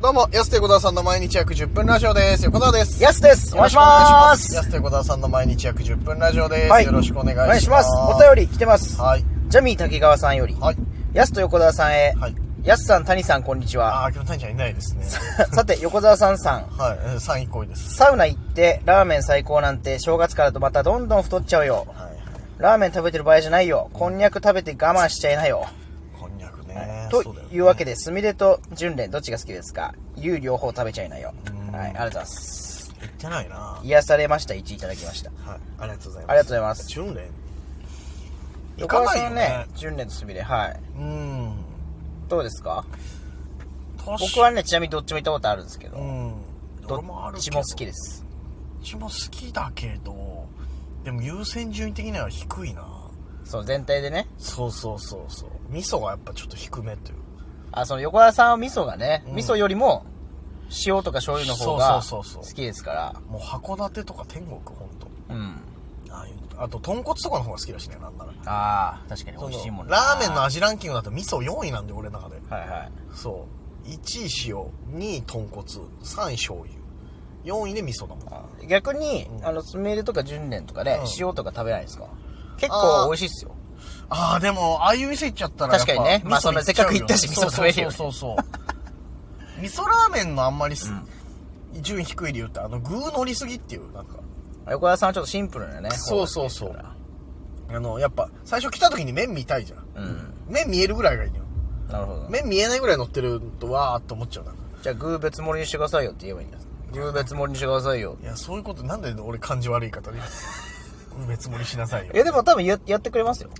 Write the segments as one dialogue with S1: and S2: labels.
S1: どうも、安手小沢さんの毎日約10分ラジオです。横澤です。
S2: やすです。お願いします。
S1: 安手小沢さんの毎日約10分ラジオです。よろしくお願いします。
S2: お願いします。お便り来てます。
S1: はい。
S2: ジャミー滝川さんより、
S1: はい。
S2: やすと横澤さんへ、
S1: はい。
S2: やすさん、谷さん、こんにちは。
S1: あー、今日谷ちゃんいない ですね。
S2: さて、横澤さんさん、
S1: はい。えー3位行為です。
S2: サウナ行って、ラーメン最高なんて、正月からとまたどんどん太っちゃうよ。
S1: はい。
S2: ラーメン食べてる場合じゃないよ。こんにゃく食べて我慢しちゃいなよ。
S1: こんにゃくね。
S2: と
S1: そうだよね
S2: いうわけで、すみれと純蓮、どっちが好きですかゆう両方食べちゃいなよ。はい、ありがとうございます。
S1: 言ってないな。はい。
S2: 癒されました、1いただきました。
S1: ありがとうございます。
S2: ありがとうございます
S1: 純連行
S2: 横
S1: か
S2: 澤
S1: ない
S2: さ
S1: よ
S2: ん
S1: ね
S2: ね、。純蓮とすみれ、はい。
S1: うん。
S2: どうですか
S1: 確か
S2: 僕はね、ちなみにどっちも行ったことあるんですけど、
S1: うん。
S2: ど
S1: 俺もある
S2: っ
S1: け
S2: ち
S1: ど
S2: も好きです。
S1: どっちも好きだけど、でも優先順位的には低いな。
S2: そう、全体でね。
S1: そうそうそうそう味噌がやっぱちょっと低めという
S2: あ、その横田さんは味噌がね、
S1: うん
S2: 味噌よりも、塩とか醤油の方が
S1: そうそうそうそう
S2: 好きですから、
S1: もう函館とか天国ほんと
S2: うん。
S1: ああいうあと豚骨とかの方が好きだしねなんなら
S2: ああ、確かに美
S1: その
S2: 味しいもんね
S1: ラーメンの味ランキングだと味噌4位なんで俺の中で
S2: はいはい。
S1: そう1位塩2位豚骨3位醤油4位で味噌だもん
S2: あー逆に、
S1: うん
S2: あの、スメールとか純連とかで、
S1: うん
S2: 塩とか食べないですか結
S1: あー
S2: 構美味しいっすよ。
S1: ああでもああいう店行っちゃったらやっぱ
S2: 確かにねまあ
S1: 味噌いちゃうよ
S2: そんなせっかく行ったし味噌食べるよね
S1: そうそうそうそう味噌ラーメンのあんまりす、順位低い理由ってあの具乗りすぎっていうなんか
S2: 横田さんはちょっとシンプルなね。
S1: そうそうそう
S2: 方が好き
S1: あのやっぱ最初来た時に麺見たいじゃん
S2: だからうん。
S1: 目見えるぐらいがいいのよ
S2: なるほど。
S1: 目見えないぐらい乗ってるとわーっと思っちゃうな
S2: じゃあ、具別盛りにしてくださいよって言えばいいんです。具別盛りにしてくださいよ。
S1: いやそういうことなんで俺感じ悪い方に別盛りしなさいよ
S2: いや、でも多分ややってくれますよ。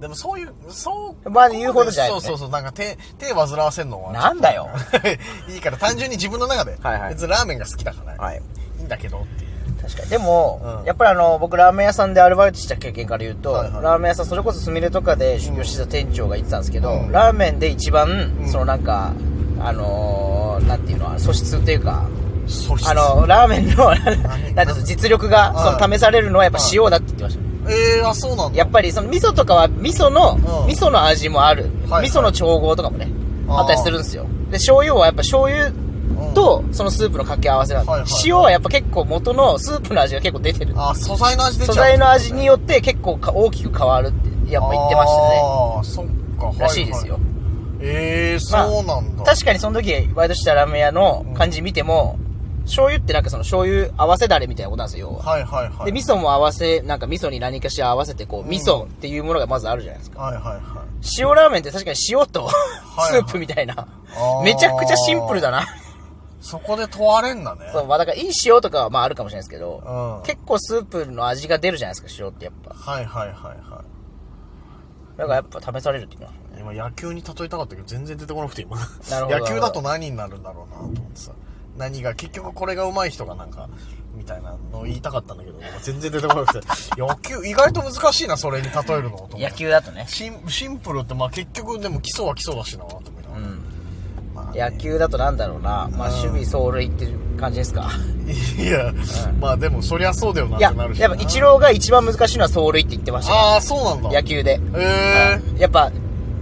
S1: でもそういうそう
S2: まあ言うほどじゃない
S1: そ
S2: よ
S1: う
S2: ね
S1: そうそうなんか手手煩わせんのは
S2: なんだよ
S1: いいから単純に自分の中で、
S2: はいはい
S1: 別にラーメンが好きだから、
S2: はい
S1: い、いんだけどっていう
S2: 確かにでも、
S1: うん
S2: やっぱりあの僕ラーメン屋さんでアルバイトした経験から言うと、
S1: はいはい
S2: ラーメン屋さんそれこそすみれとかで修行してた店長が言ってたんですけど、
S1: うん
S2: ラーメンで一番、
S1: うん
S2: そのなんかあのー、なんていうの素質っていうか
S1: そ
S2: あのラーメンの
S1: 何
S2: なんていうの実力が
S1: はい
S2: その試されるのはやっぱ
S1: はい
S2: 塩だって言ってました、
S1: えー、あそうなんだ
S2: やっぱりその味噌とかは味噌の、
S1: うん
S2: 味噌の味もある、
S1: はい
S2: 味噌の調合とかもね
S1: あー
S2: あったりするんですよで醤油はやっぱ醤油とそのスープの掛け合わせなんで、
S1: はいはい
S2: 塩はやっぱ結構元のスープの味が結構出てる
S1: あ素材の味出ちゃ
S2: 素
S1: う
S2: 材の味によって結構か大きく変わるってやっぱ言ってましたね
S1: ああそっかはは
S2: らしいですよ、
S1: えー、そうなんだ、
S2: 確かにその時ワイドしたラーメン屋の感じ見ても、醤油ってなんかその醤油合わせだれみたいなことなんですよ要は、
S1: はいはいはい
S2: で味噌も合わせなんか味噌に何かしら合わせてこう味噌っていうものがまずあるじゃないですか、
S1: はいはいはい
S2: 塩ラーメンって確かに塩と
S1: はい
S2: スープみたいな、
S1: あー
S2: めちゃくちゃシンプルだな
S1: そこで問われんだね
S2: そうまあだからいい塩とかはまああるかもしれないですけど、
S1: うん
S2: 結構スープの味が出るじゃないですか塩ってやっぱ
S1: はいはいはいはい
S2: だからやっぱ試されるっていうのは
S1: 今野球に例えたかったけど全然出てこなくて今
S2: なるほど
S1: 野球だと何になるんだろうなと思ってさ何が結局これが上手い人がなんかみたいなのを言いたかったんだけど今全然出てこな くて野球意外と難しいなそれに例えるのと思って
S2: 野球だとね
S1: シンシンプルってまあ結局でも基礎は基礎だしなと思いながら、
S2: ん
S1: まあね
S2: 野球だとなんだろうな、まあ、
S1: うん
S2: 守備走塁っていう感じですか。
S1: いや、まあでもそりゃそうだよない
S2: や
S1: ってなる、しな
S2: やっぱ一郎が一番難しいのは走塁って言ってましたよ
S1: ああそうなんだ
S2: 野球で。
S1: えー、
S2: やっぱ、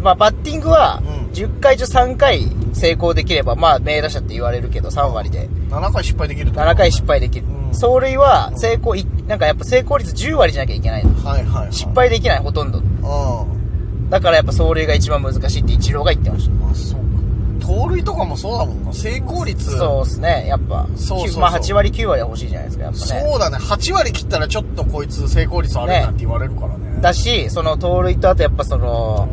S2: まあ、バッティングは
S1: うん、
S2: 10回中3回成功できれば、まあ、名打者って言われるけど、3割で。
S1: 7回失敗できると
S2: 7回失敗できる
S1: うん。
S2: 走塁は、成功い、なんかやっぱ成功率10割じゃなきゃいけないの。
S1: はいはい、はい、
S2: 失敗できない、ほとんど。
S1: う
S2: だからやっぱ走塁が一番難しいって一郎が言ってました。
S1: んまあそうか盗塁とかもそうだもんな成功率
S2: そうですね、やっぱ。
S1: そうそうそう
S2: まあ、8割9割は欲しいじゃないですか、やっぱね。
S1: そうだね8割切ったらちょっとこいつ成功率悪いなって言われるからね
S2: だし、その盗塁とあとやっぱその、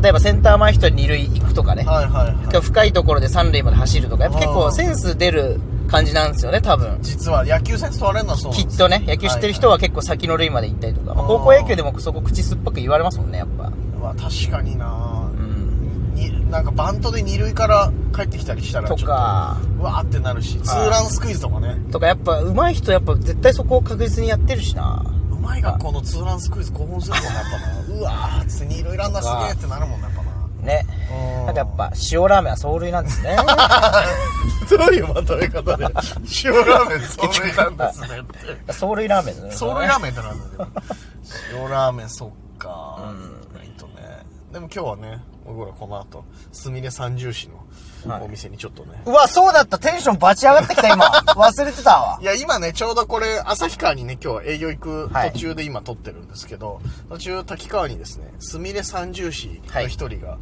S2: 例えばセンター前人に二塁行くとかね、
S1: はいはいはい
S2: 深いところで三塁まで走るとか、やっぱ結
S1: あ
S2: 構
S1: ー
S2: センス出る感じなんですよね、多分。
S1: 実は野球センス問われるのはそうな
S2: き
S1: んで
S2: っ
S1: す
S2: とね、野球知ってる人は結構先の塁まで行ったりとか、ま
S1: あ
S2: あ
S1: ー
S2: 高校野球でもそこ口酸っぱく言われますもんね、やっぱ。
S1: まあ確かにな
S2: うん。
S1: になんかバントで二塁から帰ってきたりしたらちょ
S2: と
S1: っと
S2: か、
S1: うわーってなるしツーランスクイズとかね
S2: とかやっぱ上手い人やっぱ絶対そこを確実にやってるしな。
S1: うまい学校のツーランスクイズ興奮するもんなやっぱなうわーっつって二塁ランナーすげえってなるもんなやっぱな
S2: ね。
S1: うん
S2: なんかやっぱ塩ラーメンは走塁なんです ね。
S1: どういうまとめ方で塩ラーメン走塁なんですねって
S2: 走塁ラーメンですね。
S1: ソウルラーメンってなんだよ塩ラーメンそっか、
S2: う
S1: ないとねでも今日はね僕らこの後すみれ三重視の
S2: はい
S1: お店にちょっとね。
S2: うわ、そうだった。テンションバチ上がってきた、 今。忘れてたわ
S1: い。や、今ね、ちょうどこれ、旭川にね、今日は営業行く
S2: はい
S1: 途中で今撮ってるんですけど、途中、滝川にですね、すみれ三重市の一人が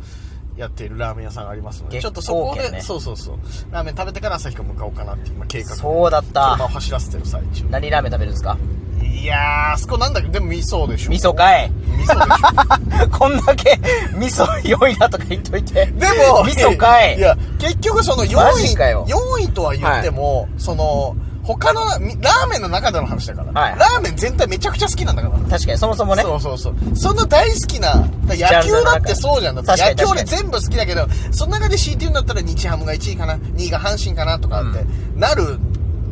S1: やっているラーメン屋さんがありますので、
S2: 月
S1: ちょっとそこ
S2: 光
S1: で、
S2: 軒ね
S1: そうそうそう、ラーメン食べてから旭川向かおうかなって今計画。
S2: そうだった
S1: 車を走らせてる最中。
S2: 何ラーメン食べるんですか
S1: いやー、あそこなんだっけでも味噌でしょ。
S2: 味噌かい
S1: 味噌でしょ。
S2: こんだけ 味噌良いなとか言っといて。で
S1: でも、
S2: 味噌かい
S1: いや、結局その4
S2: マ
S1: 位、
S2: ジかよ
S1: 4位とは言っても、その、他の、みラーメンの中での話だから、
S2: はい
S1: ラーメン全体めちゃくちゃ好きなんだから。
S2: 確かにそもそもね。
S1: そうそうそう。その大好きな、野球
S2: ャンルの中
S1: だってそうじゃん。だって
S2: 確か
S1: 野
S2: に
S1: 球俺
S2: 確か
S1: 全部好きだけど、その中で強いて言うんだったら日ハムが1位かな、2位が阪神かなとかって、なる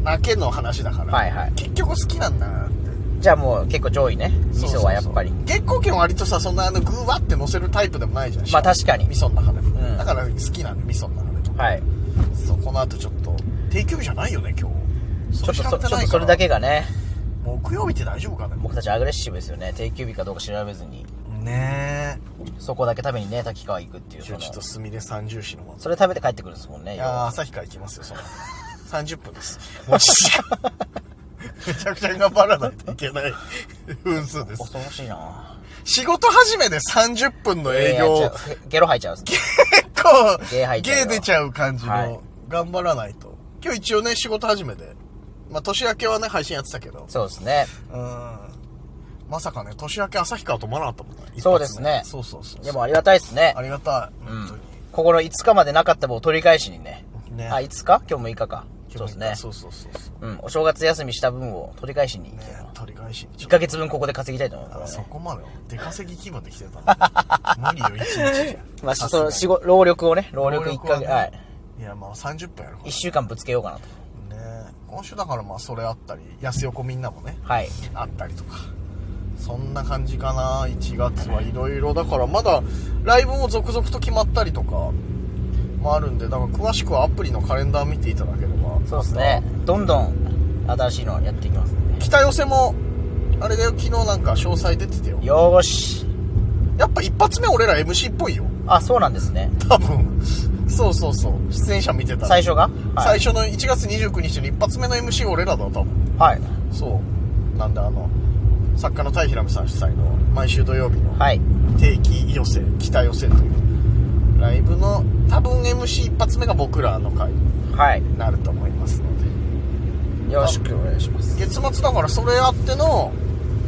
S1: だけの話だから、
S2: はいはい
S1: 結局好きなんだなって。
S2: じゃあもう結構上位ね。味噌はやっぱり
S1: そう。そうそう月光軒は割とさそんなあのグワって乗せるタイプでもないじゃん
S2: まあ確かに
S1: 味噌の中でも、
S2: うん
S1: だから好きなんで味噌の中でも
S2: はい。
S1: そうこの後ちょっと定休日じゃないよね今日
S2: ちょっとそ、ちょ
S1: 調べ
S2: って
S1: ないから
S2: とそれだけがね、
S1: 木曜日って大丈夫かね
S2: 僕たちアグレッシブですよね。定休日かどうか調べずに、
S1: ね
S2: そこだけ食べにね、滝川行くってい
S1: え
S2: う。
S1: ちょ
S2: その
S1: っとすみれ三重市の方
S2: それ食べて帰ってくるんですもんね。
S1: い
S2: 要は
S1: やー旭川行きますよその30分です持ち時間 めちゃくちゃ頑張らないといけない分数です
S2: 恐ろしいな
S1: 仕事始めで30分の営業
S2: いやいやちょゲロ吐いちゃうんです。
S1: 結構
S2: ゲー入っちゃうよ
S1: ゲー出ちゃう感じの、
S2: はい
S1: 頑張らないと今日一応ね仕事始めでまあ年明けはね配信やってたけど
S2: そうですね。
S1: うーんまさかね年明け旭川と思わなかったもんね
S2: そうです
S1: 一
S2: ね
S1: 発そうそうそう
S2: でもありがたいですね
S1: あ。りがたい、
S2: うん
S1: 本当に
S2: ここの5日までなかった分を取り返しにね。
S1: ね
S2: あ、5日今日6日か。そうですね。
S1: そうそうそうそう
S2: うん。お正月休みした分を取り返しに行
S1: ね
S2: けば。
S1: 取り返しにち
S2: 1
S1: ょっ
S2: ヶ月分ここで稼ぎたいと思い
S1: とあ
S2: ます、
S1: そ
S2: ね。
S1: こまでは出稼ぎ気分で来てたの無 理よ一日じゃ
S2: まあ、
S1: さす
S2: そ
S1: が
S2: の
S1: に
S2: 仕事、労力をね、労力
S1: 労
S2: 1
S1: 力は
S2: ヶ
S1: ね
S2: 月、はい。
S1: いやまあ30分やるか
S2: 1週間ぶつけようかなと。
S1: らね今週だからまあそれあったり安横みんなもね
S2: はい。
S1: あったりとかそんな感じかな1月はいろいろだからまだライブも続々と決まったりとかもあるんでだから詳しくはアプリのカレンダー見ていただければ
S2: そうですね。どんどん新しいのやっていきますんでね。
S1: 北寄せもあれだよ昨日なんか詳細出ててよ
S2: よーし。
S1: やっぱ一発目俺ら MC っぽいよ
S2: あ、そうなんですね。
S1: 多分そうそうそう出演者見てたら
S2: 最初がはい。
S1: 最初の1月29日に一発目の MC 俺らだわ多分
S2: はい。
S1: そうなんであの作家の太平美さん主催の毎週土曜日の
S2: はい。
S1: 定期寄せ北寄せというライブの多分 MC 一発目が僕らの回に
S2: はい。
S1: なると思いますので
S2: よろしくお願いします。
S1: 月末だからそれあっての、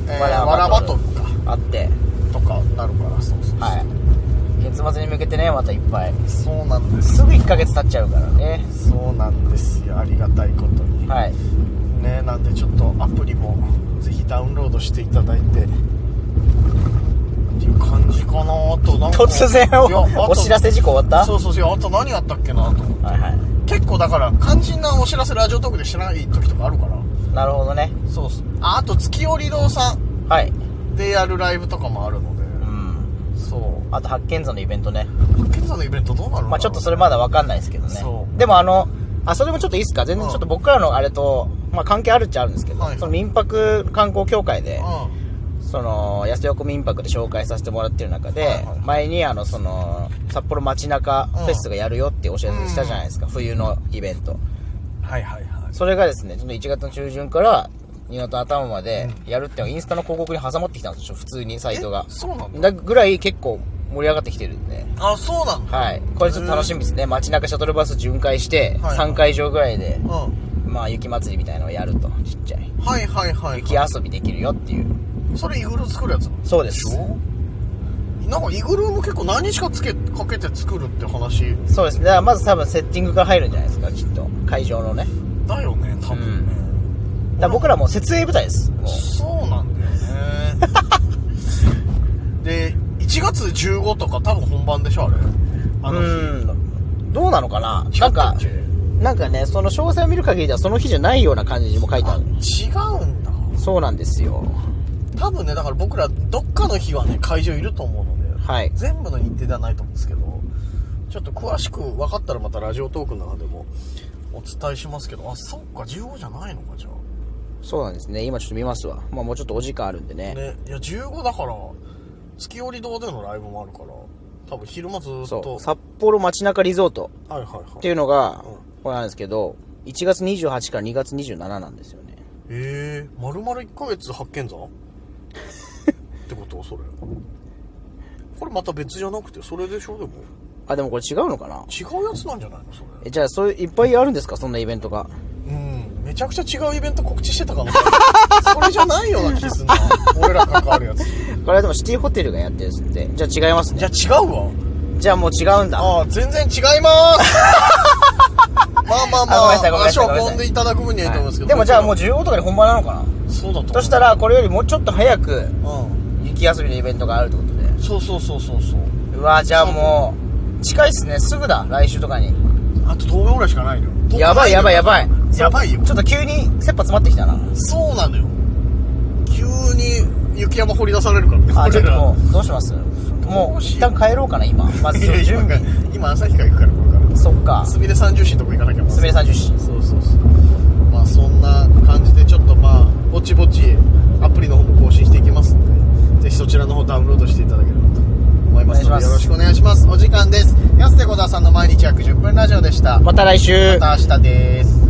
S1: えー、
S2: わ
S1: わ
S2: ら
S1: ら
S2: バ
S1: バ
S2: ト
S1: ト
S2: ル
S1: ルか
S2: あって、
S1: とかなるからそうそうそう、
S2: はい。月末に向けてね、またいっぱい。
S1: そうなんです
S2: すぐ1ヶ月経っちゃうからね。
S1: そうなんですよありがたいことに、
S2: はい。
S1: ねなんでちょっとアプリもぜひダウンロードしていただいてっていう感じかなあとなんか
S2: 突然
S1: いやあと
S2: お、お知らせ事故終わった
S1: そうそうそういやあと何やったっけなと思って
S2: はいはい。
S1: 結構だから肝心なお知らせラジオトークでしてない時とかあるから
S2: なるほどね。
S1: そうっすああと月夜堂さん
S2: はい。
S1: でやるライブとかもあるので
S2: うん。
S1: そう
S2: あと、発見座のイベントね。
S1: ケンさんのイベントどうなるの
S2: まあちょっとそれまだわかんないですけどね。
S1: そう
S2: でもあの、あ、それもちょっといいですか全然ちょっと僕らのあれと、まあ関係あるっちゃあるんですけど、
S1: はい
S2: その民泊観光協会で、
S1: う
S2: その、安横民泊で紹介させてもらってる中で、
S1: はいはい
S2: 前にあの、その、札幌街中フェスがやるよってお知らせしたじゃないですか、冬のイベント。
S1: んはいはいはい
S2: それがですね、ちょっと1月の中旬から2月の頭までやるっていうのがインスタの広告に挟まってきたんですよ、普通にサイトが
S1: え。そうなんだ
S2: だぐらい結構盛り上がってきてるんで。
S1: あそうなんだ
S2: はい。これちょっと楽しみですね。街中シャトルバス巡回して、
S1: はい
S2: 3会場ぐらいで、
S1: うん
S2: まあ雪祭りみたいなのをやると、ちっちゃい。
S1: はいはいはい
S2: 雪遊びできるよっていう。
S1: それイグル作るやつなの
S2: そうです。
S1: なんかイグルも結構何日かつけかけて作るって話
S2: そうですね。だからまず多分セッティングから入るんじゃないですか、きっと。会場のね。
S1: だよね多分ね、
S2: だから僕らもう設営部隊です。も
S1: そうなんだよ ねで1月15とか多分本番でしょあれあ
S2: う。う
S1: の日
S2: ーん。どうなのかな
S1: 違
S2: な
S1: っ
S2: ん
S1: た
S2: か
S1: っけ、
S2: なんかね、その詳細を見る限りではその日じゃないような感じにも書いてあ
S1: あ
S2: る。
S1: 違うんだ
S2: そうなんですよ。
S1: 多分ねだから僕らどっかの日はね会場いると思うので、
S2: はい
S1: 全部の日程ではないと思うんですけどちょっと詳しく分かったらまたラジオトークの中でもお伝えしますけどあそっか15じゃないのかじゃあ
S2: そうなんですね。今ちょっと見ますわ。まあもうちょっとお時間あるんでね。
S1: ねいや15だから月折堂でのライブもあるから多分昼間ずーっ
S2: そ
S1: と
S2: う。札幌街中リゾート
S1: はいはいはい
S2: っていうのが、これなんですけど、1月28から2月27なんですよね。
S1: ええー、丸々1ヶ月発 見山ってことそれこれまた別じゃなくてそれでしょでも
S2: あ、でもこれ違うのか
S1: 違
S2: な
S1: うやつなんじゃないのそれ
S2: え、じゃあ、そういう、いっぱいあるんですかそんなイベントが。
S1: うんめちゃくちゃ違うイベント告知してたかもしれない それじゃないような気 すんな俺ら関わるやつ
S2: これはでもシティホテルがやってるんですって。じゃあ違いますね。
S1: じゃあ違うわ
S2: じゃあもう違うんだ。
S1: ああ全然 違いますまあまあま
S2: あごめんな
S1: あ
S2: さいごめんな
S1: 足
S2: さい
S1: を
S2: ごめんなさい
S1: 運んでいただく分にはいいと思うんですけど、
S2: でもじゃあもう15とかで本番なのかな
S1: そうだと思う
S2: そしたら、これよりもうちょっと早く、
S1: うん
S2: 雪遊びのイベントがあるってことで。
S1: そうそうそうそうそう
S2: うわ、じゃあもう、近いっすね。すぐだ。来週とかに。
S1: あと10日ぐらいしかないのよ
S2: やばいやばいやばい。
S1: やばいよ
S2: ちょっと急に、切羽詰まってきたな。
S1: そうなのよ急に雪山掘り出されるからね
S2: あ、ちょっとも
S1: う
S2: う、どうしますもう、一旦帰ろうかな、今。まず、準
S1: 今
S2: 備。
S1: 今旭川行くからこれから
S2: そっか。
S1: すみれ三重市のとこ行かなきゃまず
S2: すみれさん重視。
S1: そうそうそうまあそんな感じでちょっとまあぼちぼちアプリの方も更新していきますのでぜひそちらの方ダウンロードしていただければと思います
S2: お
S1: の
S2: 願いします
S1: でよろしくお願いしますお時間です安手小田さんの毎日約10分ラジオでしたま
S2: また来週。
S1: た明日です